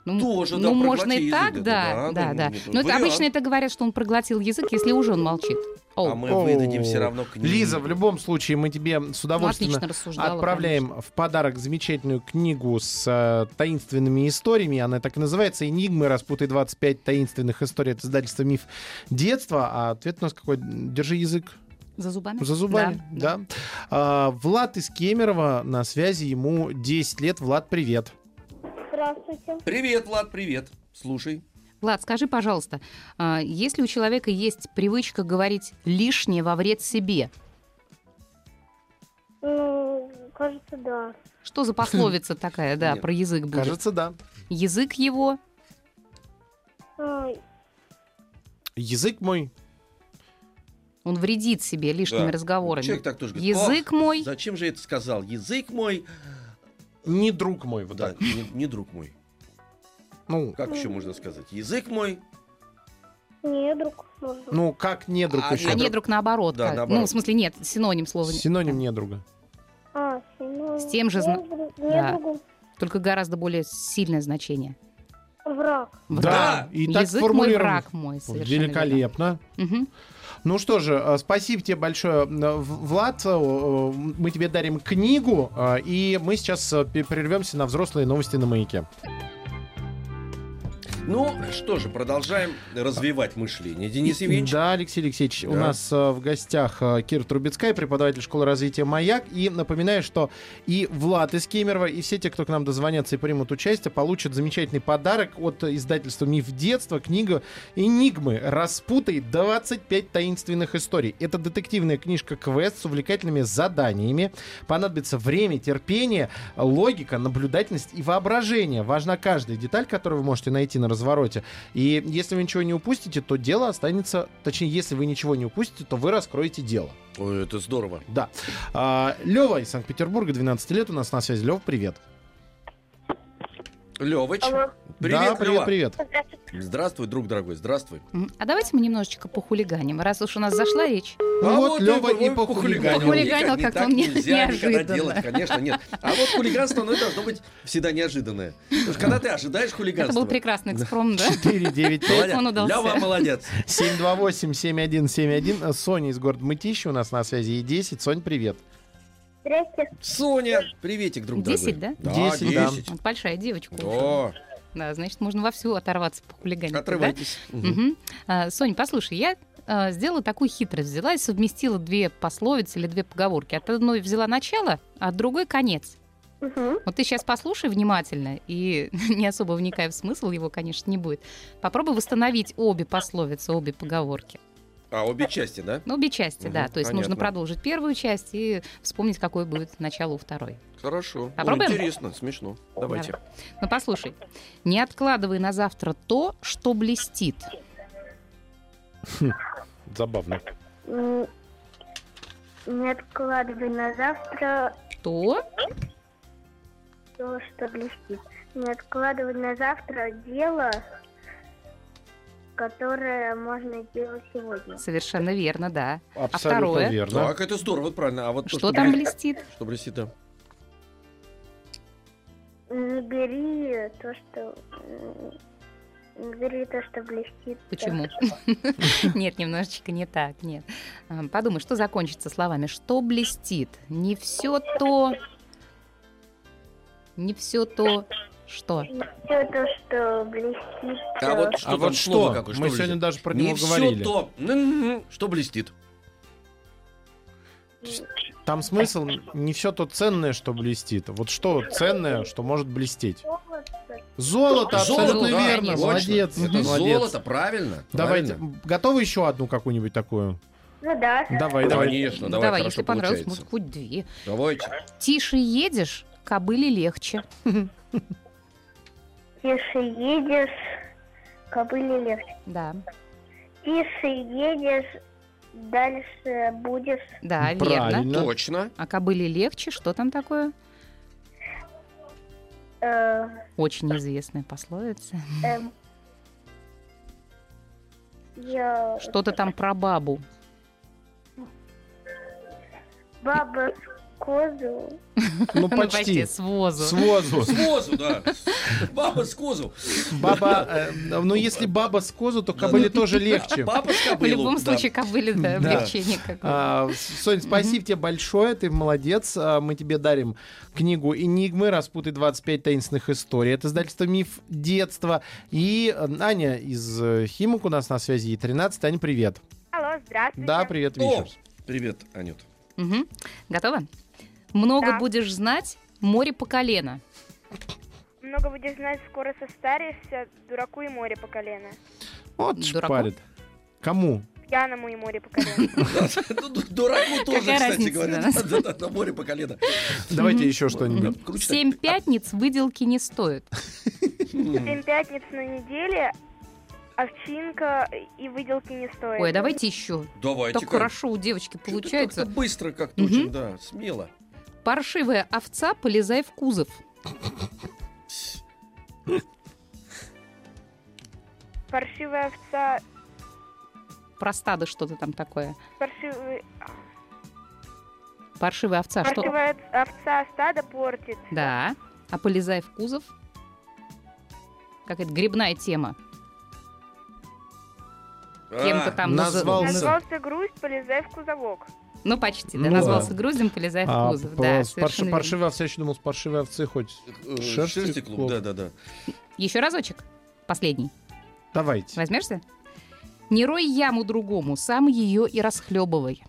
S3: Ну,
S2: Тоже, да,
S3: ну
S2: проглоти
S3: можно и
S2: язык,
S3: так, да, да,
S2: да, да,
S3: да.
S2: ну, это
S3: Но это
S2: вариант.
S3: обычно это говорят, что он проглотил язык, если уже он молчит. Оу,
S2: А мы
S1: О.
S2: выдадим все равно книгу.
S1: Лиза, в любом случае, мы тебе с
S3: ну,
S1: удовольствием
S3: отлично рассуждала.
S1: Отправляем в подарок замечательную книгу с э, таинственными историями. Она так и называется «Энигмы. Распутай 25 таинственных историй» от издательства «Миф детства». А ответ у нас какой? Держи язык
S3: конечно. За зубами?
S1: за зубами.
S3: Да,
S1: Да. А, Влад из Кемерово на связи. Ему 10 лет. Влад, привет.
S4: Здравствуйте.
S2: Привет, Влад, привет. Слушай.
S3: да. Влад, скажи, пожалуйста, а, если у человека есть привычка говорить лишнее во вред себе,
S4: Ну, кажется, да.
S3: что за пословица такая, да,
S1: Нет.
S3: про язык будет?
S1: Кажется, да.
S3: Язык его,
S4: Ну,
S1: Язык мой.
S3: он вредит себе лишними
S2: Да.
S3: разговорами.
S2: Человек так тоже говорит.
S3: Язык
S2: «Ох,
S3: мой,
S2: Зачем же я это сказал? Язык мой.
S1: Не друг мой, вот
S2: Да,
S1: Ну так.
S2: не, не друг мой.
S1: Ну,
S2: Как еще можно сказать? Язык мой.
S4: не друг, может быть.
S1: ну как не друг
S2: А
S3: а
S1: еще?
S2: недруг.
S3: недруг наоборот.
S2: Да,
S3: как- Ну,
S2: наоборот.
S3: в смысле, нет, синоним слова.
S1: Синоним не друга.
S4: А, ну,
S3: С тем же
S4: не
S3: зна-
S4: друг-
S3: Да.
S4: Не другу.
S3: Только гораздо более сильное значение.
S4: Враг.
S1: Да, и так
S3: Язык мой,
S1: сформулировано.
S3: враг мой. совершенно верно.
S1: Великолепно.
S3: Мгм.
S1: Ну что же, э, спасибо тебе большое, э, В- Влад. Э, э, Мы тебе дарим книгу, э, и мы сейчас э, пе- прервемся на взрослые новости на маяке.
S2: Ну что же, продолжаем развивать мышление. Денис Евгеньевич.
S1: Да, Алексей Алексеевич, у
S2: Да.
S1: нас э, в гостях э, Кира Трубецкая, преподаватель школы развития «Маяк». И напоминаю, что и Влад из Кемерово, и все те, кто к нам дозвонятся и примут участие, получат замечательный подарок от издательства «Миф детства» книга «Энигмы. Распутай 25 таинственных историй». Это детективная книжка-квест с увлекательными заданиями. Понадобится время, терпение, логика, наблюдательность и воображение. Важна каждая деталь, которую вы можете найти на развороте. И если вы ничего не упустите, то дело останется... Точнее, если вы ничего не упустите, то вы раскроете дело.
S2: Ой, это здорово.
S1: Да. Лева из Санкт-Петербурга, 12 лет, у нас на связи. Лев, привет.
S2: Левыч.
S4: Алло.
S1: да,
S2: Привет,
S1: привет,
S2: Лёва.
S1: привет.
S4: Здравствуйте.
S2: Здравствуй, друг дорогой, здравствуй.
S3: Мгм. А давайте мы немножечко похулиганим, раз уж у нас зашла речь.
S2: А
S1: Ну вот, Лева и
S2: Лёва
S1: похулиганил.
S3: Похулиганил.
S2: Никак не
S3: как-то
S2: так
S3: он не-
S2: нельзя никогда
S3: неожиданно.
S2: делать, конечно, нет. А вот хулиганство, оно и должно быть всегда неожиданное. Потому что когда ты ожидаешь
S3: Это
S2: хулиганство...
S3: был прекрасный экспром, да?
S1: 4, 9,
S3: Он удался.
S2: Лева молодец.
S1: 728 7171. Соня из города Мытищи у нас на связи. И 10. Сонь, привет.
S4: Здрасте.
S2: Соня, приветик, друг дорогой.
S3: Десять, да?
S2: Да,
S1: Десять, да.
S2: десять.
S3: Вот большая девочка. уже.
S2: Да,
S3: Да, значит, можно вовсю оторваться по хулиганию.
S2: отрывайтесь.
S3: Мгм. А, Сонь, послушай, я а, сделала такую хитрость. Взяла и совместила две пословицы или две поговорки. От одной взяла начало, а от другой конец.
S4: Угу.
S3: Вот ты сейчас послушай внимательно, и не особо вникая в смысл его, конечно, не будет. Попробуй восстановить обе пословицы, обе поговорки.
S2: А, обе части, да?
S3: Ну, обе части,
S2: Мгм,
S3: да. То есть нужно
S2: понятно.
S3: продолжить первую часть и вспомнить, какое будет начало у второй.
S2: Хорошо.
S3: Попробуем?
S2: Ой, Интересно, смешно. Давайте.
S3: А Ну, послушай. Не откладывай на завтра то, что блестит.
S1: Забавно.
S4: Не откладывай на завтра
S3: То,
S4: то, что блестит. Не откладывай на завтра дело, которое можно делать сегодня.
S3: совершенно верно, да.
S1: Абсолютно
S3: второе?
S1: верно.
S2: Так, это здорово, вот правильно. А вот то,
S3: Что там
S2: блестит-
S3: блестит?
S2: Что блестит, да?
S4: Не бери то, что... м, Не бери то, что блестит.
S3: Почему? Нет, немножечко не так, нет. А, Подумай, что закончится словами. Что блестит? Не все то... Не все то... Что?
S4: Все то, что блестит.
S2: А вот что
S1: А
S2: там
S1: вот
S2: слово
S1: что?
S2: какое?
S1: Мы
S2: блестит?
S1: сегодня даже про
S2: Не
S1: него
S2: всё
S1: говорили.
S2: то. М-м-м. Что блестит?
S1: Там смысл не все то ценное, что блестит. Вот что ценное, что может блестеть. Золото,
S2: Золото,
S1: абсолютно
S2: да,
S1: верно.
S2: точно.
S1: Молодец.
S2: Это
S1: молодец.
S2: золото, правильно.
S1: Давайте.
S2: правильно.
S1: Готовы еще одну какую-нибудь такую?
S4: Ну да.
S1: Давай, Ну, давай.
S2: Конечно, давай, хорошо
S3: Ну, если понравилось,
S2: получается.
S3: может, хоть две.
S2: Давайте.
S3: Тише едешь, кобыле легче.
S4: Тише едешь, кобыле легче.
S3: Да,
S4: Тише едешь, дальше будешь.
S3: да, верно.
S1: Правильно.
S2: Точно.
S3: А кобыле легче, что там такое?
S4: э,
S3: Очень известная пословица.
S4: эм, я
S3: Что-то там про бабу.
S4: баба с козу.
S1: Ну
S3: Ну,
S1: почти.
S3: с возу.
S1: С возу.
S2: С козу, да. Баба с козу.
S1: Баба, э, ну если баба с козу, то кобыле тоже легче.
S2: Папа с
S3: В
S2: кобылу.
S3: любом
S2: да.
S3: случае, кобыле да,
S1: Да.
S3: облегчение какое-то.
S1: А, Сонь, спасибо тебе большое, ты молодец. А, Мы тебе дарим книгу «Энигмы. Распутай 25 таинственных историй». Это издательство «Миф детства». И э, Аня из э, Химок у нас на связи, ей 13. Аня, привет.
S4: Алло, здравствуйте.
S1: Да, привет,
S2: О,
S1: вечер.
S2: Привет, Анют.
S3: Мгм. Готова? Много
S4: Да.
S3: будешь знать, море по колено.
S4: много будешь знать, скоро состаришься, дураку и море по колено.
S1: Вот
S3: Дураку?
S1: шпарит. Кому?
S4: Пьяному и море по колено.
S2: Ну, ду- Дураку тоже,
S3: Какая
S2: кстати
S3: разница,
S2: говоря.
S3: да?
S2: Да, да, да, море по колено.
S1: Давайте еще
S2: Да,
S1: что-нибудь.
S2: круче так.
S3: Семь пятниц выделки не стоит.
S4: Семь пятниц на неделе, овчинка и выделки не стоит.
S3: Ой, а давайте еще.
S2: Давайте.
S3: Так хорошо у девочки получается.
S2: быстро как-то
S3: Мгм.
S2: очень, да, смело.
S3: Паршивая овца, полезай в кузов.
S4: Паршивая овца,
S3: Про стадо что-то там такое.
S4: паршивый...
S3: Паршивая овца, А что?
S4: паршивая овца стадо портит.
S3: Да. А полезай в кузов? Как это грибная тема. Кем-то
S2: А,
S3: там назов-
S1: назвал-
S3: наз-
S4: Назвался грусть, полезай в кузовок.
S3: Ну, почти, да.
S1: Ну,
S3: Назвался
S1: да.
S3: груздем, полезай в
S1: А,
S3: кузов.
S1: по-
S3: Да,
S1: с парши-
S3: совершенно верно.
S1: паршивые овцы, я еще думал, с паршивой овцы хоть.
S2: э,
S1: Шерсти
S2: Шерсти клуб,
S1: клуб.
S2: да, да, да.
S3: Еще разочек. Последний.
S1: Давайте.
S3: Возьмешься? Не рой яму другому, сам ее и расхлебывай.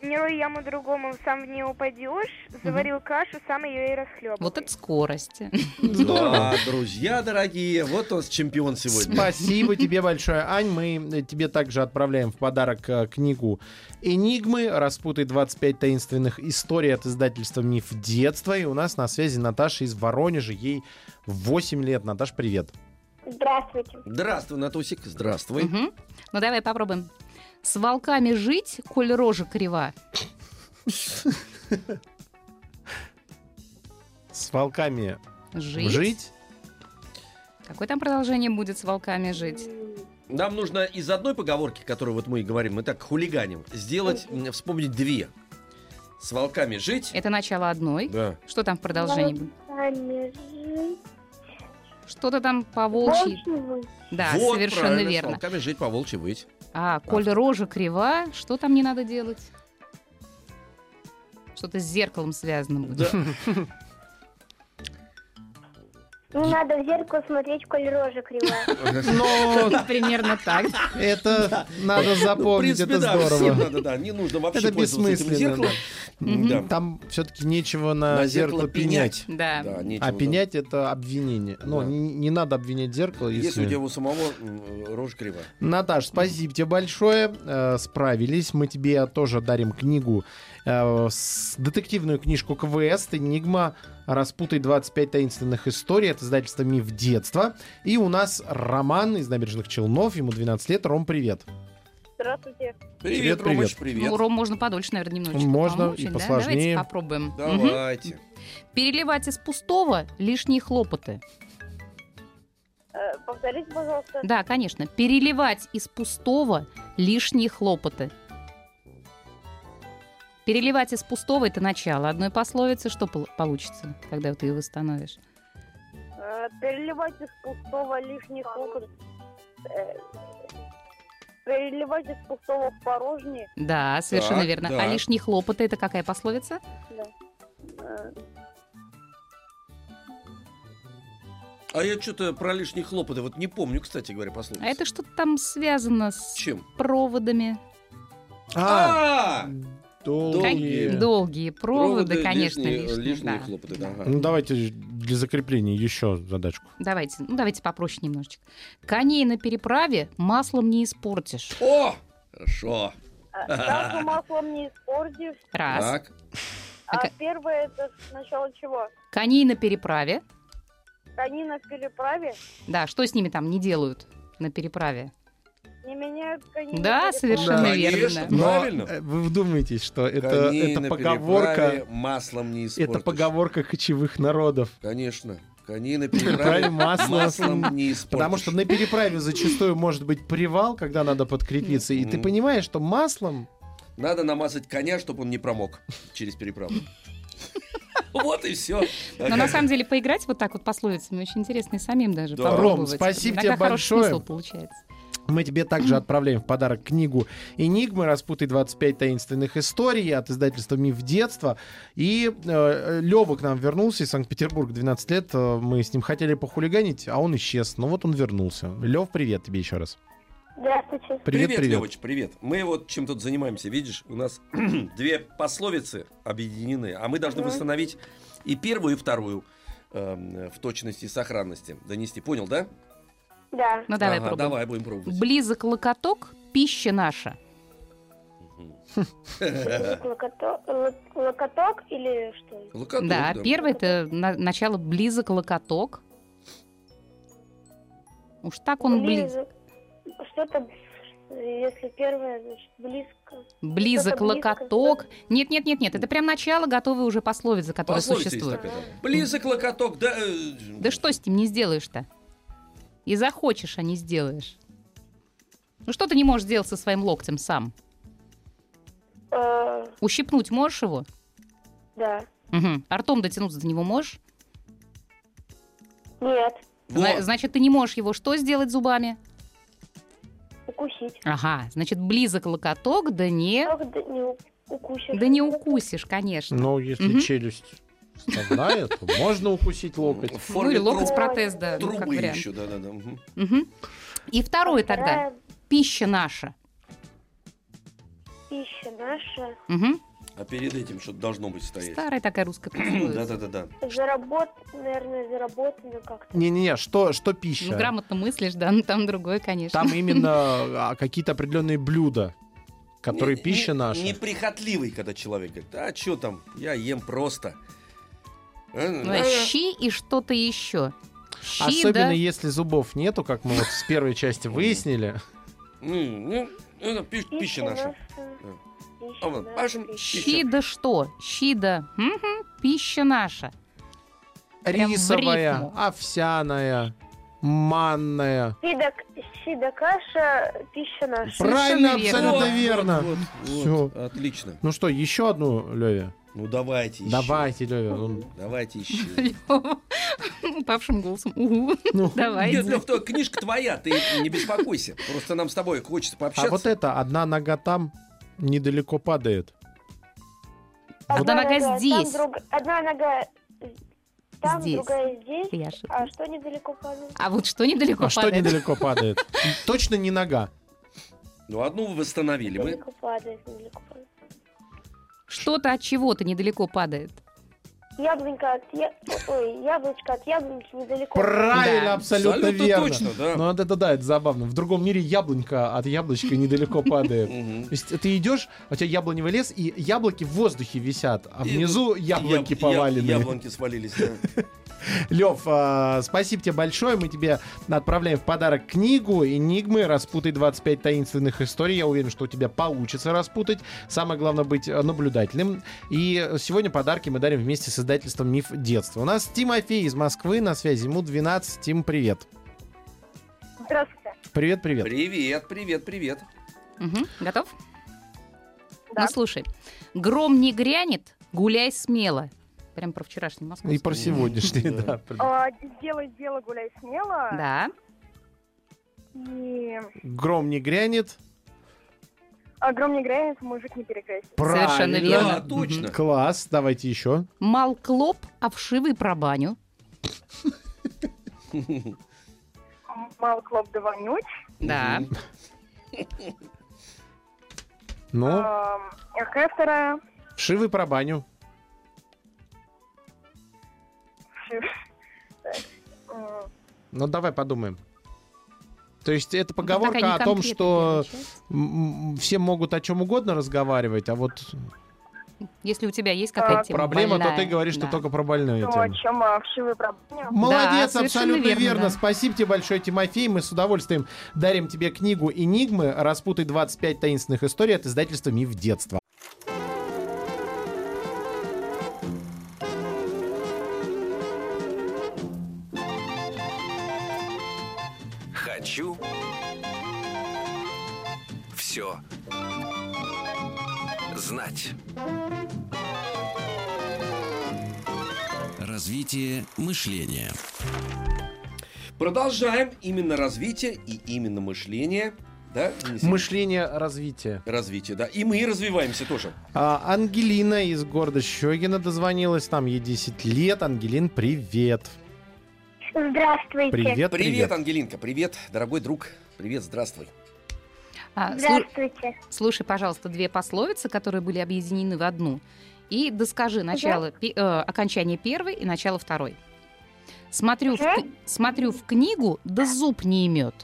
S4: Не рой яму другому, сам в нее упадешь. Заварил кашу, сам ее и расхлебал.
S3: Вот это скорость.
S2: Да, друзья дорогие, вот у нас чемпион сегодня.
S1: Спасибо тебе большое, Ань. Мы э, тебе также отправляем в подарок э, книгу «Энигмы. Распутай 25 таинственных историй» от издательства «Миф детства». И у нас на связи Наташа из Воронежа. Ей 8 лет. Наташ, привет.
S4: Здравствуйте.
S2: Здравствуй, Натусик, здравствуй.
S3: Мгм. Ну, давай попробуем. С волками жить, коль рожа крива.
S1: С волками
S3: Жить.
S1: жить?
S3: Какое там продолжение будет с волками жить?
S2: Нам нужно из одной поговорки, которую вот мы и говорим, мы так хулиганим, сделать, м, вспомнить две. С волками жить.
S3: Это начало одной.
S2: Да.
S3: Что там в продолжении будет?
S4: Волчи
S3: Что-то там по волчьи.
S4: вы.
S3: Да,
S2: Вот,
S3: совершенно
S2: правильно, С
S3: верно.
S2: волками жить, по волчьи выть.
S3: А, коль рожа крива, что там не надо делать? Что-то с зеркалом связано будет.
S2: Да.
S4: Не Ну, надо в зеркало смотреть, коль рожа кривая.
S1: Но
S3: Примерно так.
S1: это надо запомнить,
S2: Ну, в принципе,
S1: это
S2: да, всем
S1: здорово.
S2: надо, да, не нужно вообще
S1: Это
S2: пользоваться этим
S1: бессмысленно.
S2: зеркалом.
S3: Мгм.
S2: Да.
S1: Там все-таки нечего на зеркало пенять.
S3: Да.
S2: Да, нечего
S1: А
S2: там.
S1: пенять это обвинение. Ну,
S2: Да.
S1: не не надо обвинять зеркало,
S2: Если
S1: если...
S2: у тебя у самого м, рожа кривая.
S1: Наташ, спасибо тебе большое. Э, Справились. Мы тебе тоже дарим книгу, э, с- детективную книжку «Квест. Энигма. Распутай 25 таинственных историй» от издательства «Миф детства». И у нас Роман из Набережных Челнов. Ему 12 лет. Ром, привет.
S4: Здравствуйте.
S1: Привет,
S2: Привет,
S1: привет.
S2: Ромыч,
S3: Ну,
S2: привет.
S3: ром можно подольше, наверное, немножечко
S1: Можно,
S3: помучить,
S1: и
S3: да?
S1: посложнее.
S3: Давайте попробуем. Мгм.
S2: Ну, Давайте.
S3: Переливать из пустого лишние хлопоты.
S4: Э, Повторите, пожалуйста.
S3: Да, конечно. Переливать из пустого лишние хлопоты. Переливать из пустого это начало одной пословицы. Что пол- получится, когда ты ее восстановишь?
S4: э, Переливать из пустого лишних окон. э, Переливать из пустого в порожнее.
S3: Да, совершенно
S2: Так,
S3: верно.
S2: да.
S3: А лишние хлопоты это какая пословица?
S4: э,
S2: А я что-то про лишние хлопоты вот не помню, кстати говоря, послушай.
S3: А это что-то там связано с
S2: чем?
S3: проводами.
S2: А!
S1: долгие.
S2: Э,
S3: Долгие проводы,
S2: Проводы,
S3: конечно,
S2: лишние,
S3: лишние.
S2: э, лишние
S3: да.
S2: хлопоты, да, ага.
S1: Ну, давайте для закрепления еще задачку.
S3: Давайте, ну давайте попроще немножечко. Коней на переправе маслом не испортишь.
S2: О! Хорошо.
S4: а Сразу маслом не испортишь.
S3: Раз.
S2: Так.
S3: А
S4: А
S3: ка-
S4: первое это сначала чего?
S3: Коней на переправе.
S4: Они на переправе
S3: Да, что с ними там не делают на переправе?
S4: не меняют коней. на
S3: Ну, Да,
S4: переправе.
S3: совершенно
S2: Конечно.
S3: верно.
S1: Но
S2: Правильно.
S1: э, вы вдумайтесь, что это,
S2: Коней
S1: это
S2: на
S1: поговорка,
S2: переправе маслом не испортишь.
S1: это поговорка кочевых народов.
S2: Конечно. Коней на
S1: Правильно,
S2: переправе
S1: масло.
S2: маслом не испортишь.
S1: Потому что на переправе зачастую может быть привал, когда надо подкрепиться. И ты
S2: Мгм.
S1: понимаешь, что маслом
S2: Надо намазать коня, чтобы он не промок через переправу. Вот и все.
S3: Но на самом деле поиграть вот так вот пословицами очень интересно и самим даже
S2: Да. Ром,
S3: попробовать.
S1: спасибо
S3: Иногда
S1: тебе
S3: хороший
S1: большое.
S3: смысл получается.
S1: мы тебе также отправляем в подарок книгу «Энигмы. Распутай 25 таинственных историй» от издательства «Миф детства». И Лева к нам вернулся из Санкт-Петербурга, 12 лет. Э, Мы с ним хотели похулиганить, а он исчез. Но вот он вернулся. Лев, привет тебе еще раз.
S4: Здравствуйте.
S1: Привет, привет.
S2: Лёвыч, привет. Мы вот чем тут занимаемся, видишь, у нас две пословицы объединены, а мы должны
S4: Мгм.
S2: восстановить и первую, и вторую. эм, в точности и сохранности донести. Понял, да?
S4: Да.
S3: Ну давай
S2: Ага,
S3: пробуем.
S2: Давай будем пробовать.
S3: Близок локоток, пища наша.
S2: Мгм.
S4: Локото- лок- Локоток или что?
S2: Локоток,
S3: да,
S2: да.
S3: первое это на- начало близок локоток. Уж так он близок.
S4: Близок. Что-то, если первое, значит, близко.
S3: Близок
S4: Что-то близко,
S3: локоток. Нет, нет, нет, нет. Это прям начало готовой уже пословицы, которая
S2: Пословица есть
S3: существует.
S2: такая, да. Близок локоток, да. э,
S3: Да что с ним не сделаешь-то? И захочешь, а не сделаешь. Ну что ты не можешь сделать со своим локтем сам?
S4: Э,
S3: Ущипнуть можешь его?
S4: да.
S3: Угу. Артом дотянуться до него можешь?
S4: Нет.
S2: Вот.
S3: Зна- Значит, ты не можешь его что сделать зубами?
S4: Укусить.
S3: Ага, значит, близок локоток, да не...
S4: Как да не у- укусишь?
S3: Да не укусишь, конечно.
S1: Ну, если
S3: Мгм.
S1: челюсть страдает, то можно укусить локоть.
S2: В
S3: Ну,
S2: форме
S3: или локоть
S2: труб-
S3: протез, да, ну, как
S2: трубы
S3: вариант.
S2: еще, да-да-да. мгм.
S3: Мгм. И второе тогда.
S4: Вторая
S3: Пища наша.
S4: пища наша.
S3: Мгм.
S2: А перед этим что-то должно быть стоять.
S3: Старая такая русская пословица.
S2: Да-да-да-да.
S4: Заработ... Наверное, заработано как-то.
S1: Не-не-не, что, что
S3: Ну,
S1: пища?
S3: грамотно мыслишь, да, но там другое, конечно.
S1: Там именно а, какие-то определенные блюда, которые
S2: Не-
S1: пища
S2: не-
S1: наша.
S2: Неприхотливый, когда человек говорит, а что там, я ем просто. Э,
S3: Ну, а щи и что-то еще. Щи,
S1: Особенно
S3: да?
S1: если зубов нету, как мы вот с первой части выяснили.
S2: М, ну, это пи- Пища наша. Да.
S4: Пища
S2: А вот,
S4: наша,
S2: пашем.
S4: пища.
S3: Щи да что? Щи да... Мгм. Пища наша. Прям в
S1: Рисовая,
S3: рифму.
S1: овсяная, манная.
S4: Сида, сида каша, пища наша.
S1: Правильно,
S3: Совершенно верно.
S1: абсолютно
S2: Вот,
S1: верно.
S2: вот, вот, вот, Отлично.
S1: Ну что, еще одну, Леве?
S2: Ну давайте еще.
S1: Давайте, Леве. ну,
S2: Давайте еще.
S3: Лёва, Упавшим голосом. Угу.
S1: ну.
S3: Давай.
S2: Нет, Лев, то книжка твоя, ты не беспокойся. Просто нам с тобой хочется
S1: А вот
S2: пообщаться.
S1: это, одна нога там недалеко падает.
S3: Одна нога здесь.
S4: Там друг- Одна нога там,
S3: Здесь.
S4: другая здесь.
S3: Я ошиб-
S4: А что недалеко падает?
S3: А вот что недалеко
S1: А что
S3: падает?
S1: недалеко падает? Точно не нога.
S2: Ну одну восстановили мы.
S4: Недалеко падает, недалеко падает.
S3: Что-то от чего-то недалеко падает.
S4: Яблонька от я... Ой, яблочко от яблоньки недалеко.
S1: Правильно,
S3: Да.
S1: абсолютно верно.
S2: точно, да.
S1: Ну, это да, это забавно. В другом мире яблонька от яблочка недалеко падает.
S2: Мгм.
S1: То есть ты идешь, а у тебя яблоневый лес, и яблоки в воздухе висят, а
S2: И
S1: внизу яблоки
S2: Яб- яб-
S1: повалены.
S2: Яблонки свалились, да.
S1: Лев, а, спасибо тебе большое. Мы тебе отправляем в подарок книгу «Энигмы. Распутай 25 таинственных историй». Я уверен, что у тебя получится распутать. Самое главное быть э, наблюдательным. И сегодня подарки мы дарим вместе с издательством «Миф детства». У нас Тимофей из Москвы на связи. Ему 12. Тим, привет.
S4: Здравствуйте.
S1: Привет, привет.
S2: Привет, привет, привет.
S3: Мгм. Готов?
S4: Да.
S3: Ну слушай, гром не грянет, гуляй смело. Прям про вчерашний Москву.
S1: И про сегодняшний,
S2: Да.
S1: да.
S4: А, делай дело, гуляй смело.
S3: Да.
S4: И
S1: Гром не грянет.
S4: огромный не мужик не перекрасит.
S3: Совершенно
S1: Правильно.
S3: верно.
S2: Да, точно.
S1: Класс, давайте еще.
S3: Мал клоп, а вшивый про баню.
S4: Мало клоп да вонюч.
S3: Да.
S2: Мгм.
S1: Ну,
S4: Какая вторая?
S1: вшивы про баню. Ну, давай подумаем. То есть это
S3: Ну,
S1: поговорка
S3: Такая
S1: о том,
S3: неконкретная
S1: что
S3: получается.
S1: м, м, все могут о чем угодно разговаривать, а вот
S3: Если у тебя есть какая-то тема
S1: проблема,
S3: больная,
S1: то ты говоришь,
S3: да.
S1: что только про больную тему.
S4: чем а, вшивы проблемы?
S1: Молодец,
S3: совершенно
S1: абсолютно верно.
S3: верно, да.
S1: Спасибо тебе большое, Тимофей. Мы с удовольствием дарим тебе книгу «Энигмы. Распутай 25 таинственных историй» от издательства «Миф детства».
S5: Хочу все знать. Развитие мышления.
S2: Продолжаем именно развитие и именно мышление. Да, Денис Ильич?
S1: Мышление развития.
S2: Развитие, да. И мы развиваемся тоже.
S1: А, Ангелина из города Щегина дозвонилась. Там ей 10 лет. Ангелин, привет.
S4: Здравствуйте.
S1: Привет, привет.
S2: Привет, Ангелинка, привет, дорогой друг. Привет, здравствуй.
S3: А, слу-
S4: Здравствуйте.
S3: Слушай, пожалуйста, две пословицы, которые были объединены в одну. И доскажи начало, пе- э, окончание первой и начало второй. Смотрю, в, к- смотрю в книгу, да зуб не имет.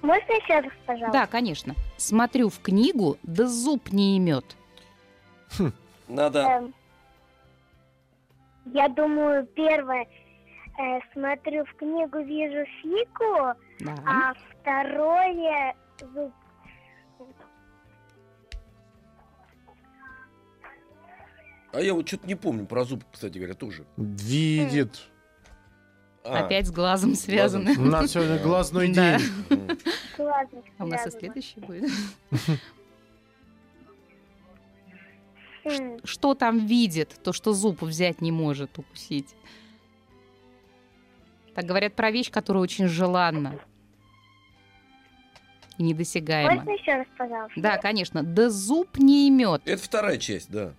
S4: Можно еще раз, пожалуйста?
S3: Да, конечно. Смотрю в книгу, да зуб не имет.
S2: Надо...
S4: Эм, я думаю, первое, э, смотрю в книгу, вижу фику,
S3: Да.
S4: а второе, зуб.
S2: А я вот что-то не помню про зуб, кстати говоря, тоже.
S1: Видит.
S2: А,
S3: Опять с глазом связаны.
S1: У нас сегодня глазной
S3: Да.
S1: день.
S2: м.
S4: Ладно,
S3: А у нас и
S4: связано.
S3: следующий будет.
S4: Хм,
S3: Что там видит, то, что зуб взять не может укусить. Так говорят про вещь, которая очень желанна. И недосягаема.
S4: Можно еще раз, пожалуйста?
S3: Да, конечно. Да зуб не имет.
S2: Это вторая часть, да.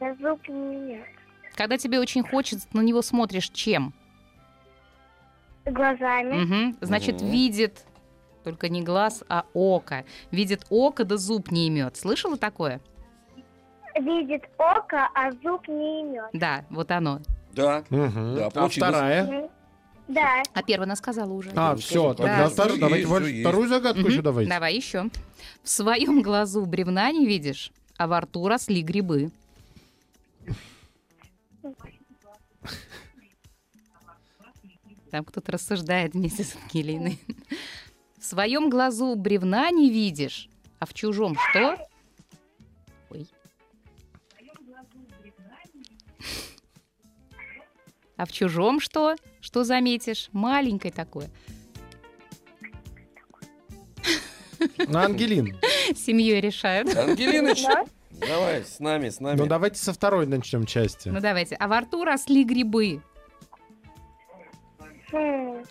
S4: Да зуб не имеет.
S3: Когда тебе очень хочется, на него смотришь чем?
S4: Глазами.
S3: Мгм. Значит,
S2: Мгм.
S3: видит только не глаз, а око. Видит око, да зуб не имет. Слышала такое?
S4: Видит око, а зуб не имет.
S3: Да, вот оно.
S2: Да.
S1: Мгм.
S2: Да,
S1: а
S2: получилось.
S1: вторая?
S4: М, Да,
S3: А первая она сказала уже.
S1: А,
S2: Ну,
S1: все,
S2: скажем,
S1: тогда
S3: да,
S1: вторую-
S2: всё
S1: давайте
S2: есть,
S1: ваш-
S2: всё есть.
S1: вторую загадку
S3: Мгм.
S1: еще давайте.
S3: Давай еще. В своем глазу бревна не видишь, а во рту росли грибы. Там кто-то рассуждает вместе с Ангелиной. В своем глазу бревна не видишь, а в чужом что? Ой. А в чужом что? Что заметишь? Маленькое такое.
S1: На Ангелин.
S3: Семьей решают.
S2: Ангелиныч, давай, с нами, с
S1: Ну
S2: нами.
S1: давайте со второй начнем части.
S3: Ну давайте. А во рту росли грибы.
S4: Хм,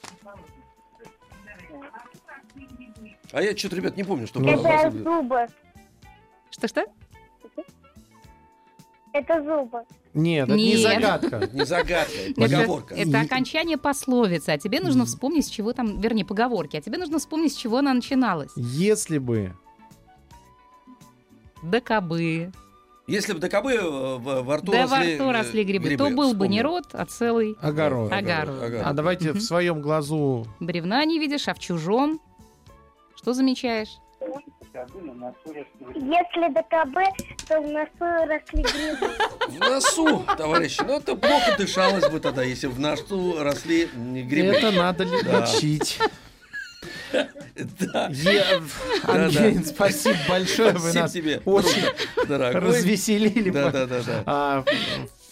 S2: А я что-то, ребят, не помню, что
S1: Ну,
S4: это
S2: было.
S4: зубы.
S3: Что-что?
S4: Это зубы.
S1: Нет, это не
S3: Нет.
S1: загадка.
S2: Это не загадка, это
S3: Это-
S2: поговорка.
S3: Это, окончание пословицы, а тебе нужно вспомнить, с чего там, вернее, поговорки, а тебе нужно вспомнить, с чего она начиналась.
S1: Если бы
S3: Да кабы,
S2: Если бы до кобы э, в- во рту
S3: да во
S2: росли,
S3: рту
S2: э,
S3: росли грибы, то был бы не
S2: вспомнил.
S3: рот, а целый
S1: огород.
S3: Ага. Огород.
S1: А давайте
S3: Мгм.
S1: в своем глазу
S3: бревна не видишь, а в чужом. Что замечаешь?
S4: Если ДКБ, то в носу росли грибы.
S2: В носу, товарищи. Ну, это плохо дышалось бы тогда, если бы в носу росли м, грибы.
S1: это надо ли-
S2: Да.
S1: лечить.
S2: Да.
S1: Е- Ангелин, спасибо большое, вы
S2: Спасибо
S1: нас
S2: тебе,
S1: очень
S2: друг, дорогой.
S1: развеселили.
S2: Да, да, да, да.
S1: А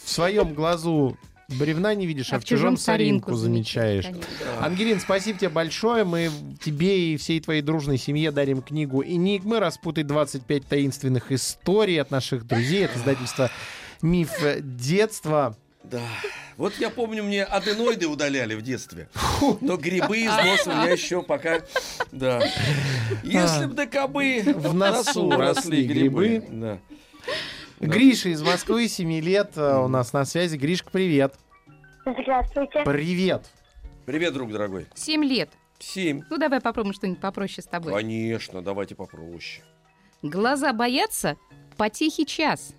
S1: в своем глазу бревна не видишь, а в чужом соринку замечаешь.
S3: конечно.
S1: Ангелин, спасибо тебе большое. Мы тебе и всей твоей дружной семье дарим книгу «Энигмы. Распутай 25 таинственных историй от наших друзей». Это издательство «Миф детства».
S2: Да. Вот я помню, мне аденоиды удаляли в детстве. Но грибы из носа у меня еще пока... Да. Если бы до кобы
S1: В носу росли грибы.
S2: Да.
S1: Гриша из Москвы, 7 лет, э, у нас на связи. Гришка, привет.
S4: Здравствуйте.
S1: Привет.
S2: Привет, друг дорогой.
S3: Семь лет.
S2: Семь.
S3: Ну давай попробуем что-нибудь попроще с тобой.
S2: Конечно, давайте попроще.
S3: Глаза боятся, потихий час.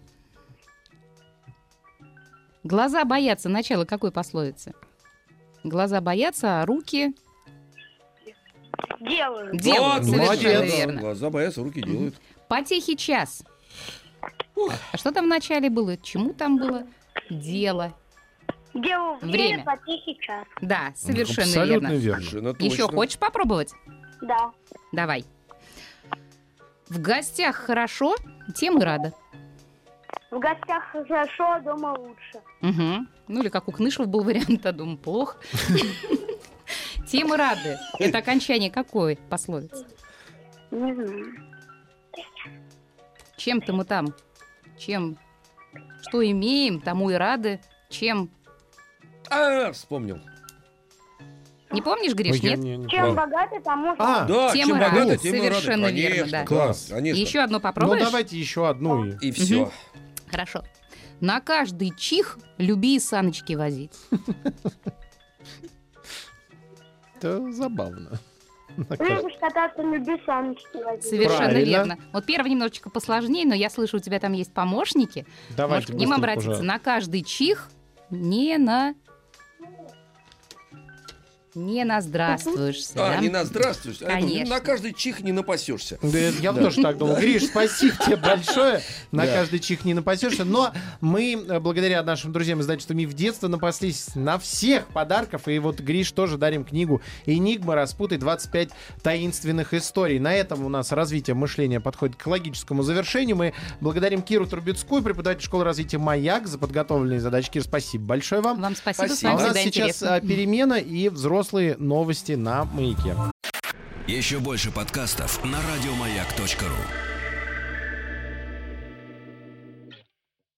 S3: Глаза боятся. Начало какой пословицы? Глаза боятся, а руки
S4: Делаю.
S3: делают.
S2: Вот,
S3: Совершенно
S1: молодец.
S3: верно.
S2: Ну, Глаза боятся, руки делают.
S3: Потихий час. А что там в начале было? Чему там было? Дело.
S4: Делаю
S3: Время.
S4: по тихий час.
S3: Да, совершенно
S1: Абсолютно
S3: верно.
S1: верно.
S2: Совершенно
S3: Еще
S2: точно.
S3: хочешь попробовать?
S4: Да.
S3: Давай. В гостях хорошо, тем и рада.
S4: В гостях хорошо, а дома лучше.
S3: Мгм. Ну или как у Кнышева был вариант, а думаю, плохо. Тем и рады. Это окончание какой пословицы?
S4: Не знаю.
S3: Чем-то мы там, чем, что имеем, тому и рады. Чем?
S2: А, вспомнил.
S3: Не помнишь, Гриш,
S1: Ой, я
S3: нет?
S1: не- не
S4: Чем
S1: помню.
S4: богаты, тому
S1: А,
S2: Да,
S3: Тем
S2: чем
S3: и рады.
S2: богаты, тем и рады.
S3: Совершенно верно,
S2: Конечно,
S3: да.
S2: Класс,
S1: Класс.
S2: конечно.
S3: Еще одно
S1: Ну,
S3: попробуешь?
S1: давайте еще одну. и-
S2: И все.
S3: Хорошо. На каждый чих люби и саночки возить.
S1: Это забавно. э,
S4: Любишь кататься, люби саночки возить.
S3: Совершенно
S1: Правильно.
S3: верно. Вот первый немножечко посложнее, но я слышу, у тебя там есть помощни.
S1: Давайте
S3: Можешь к ним
S1: быстренько
S3: обратиться.
S1: уже.
S3: На каждый чих не на... Не на здравствуешься.
S2: А,
S3: да?
S2: не на здравствуйте. а я думаю,
S3: Конечно.
S2: на каждый чих не напасешься.
S1: Да, это я
S2: Да.
S1: тоже так думал. Гриш, спасибо тебе большое. На
S2: Да.
S1: каждый чих не напасешься. Но мы, э, благодаря нашим друзьям из издательства «Миф детства», напаслись на всех подарков. И вот Гриш тоже дарим книгу «Энигма. Распутай 25 таинственных историй». На этом у нас развитие мышления подходит к логическому завершению. Мы благодарим Киру Трубецкую, преподаватель школы развития «Маяк» за подготовленные задачи. Кир, спасибо большое вам.
S3: Вам спасибо,
S2: Спасибо.
S3: с
S1: А
S3: вами
S1: у нас
S3: всегда
S1: сейчас
S3: интересно.
S1: э, перемена и взрослые новости на «Маяке».
S5: Еще больше подкастов на радиомаяк.ру.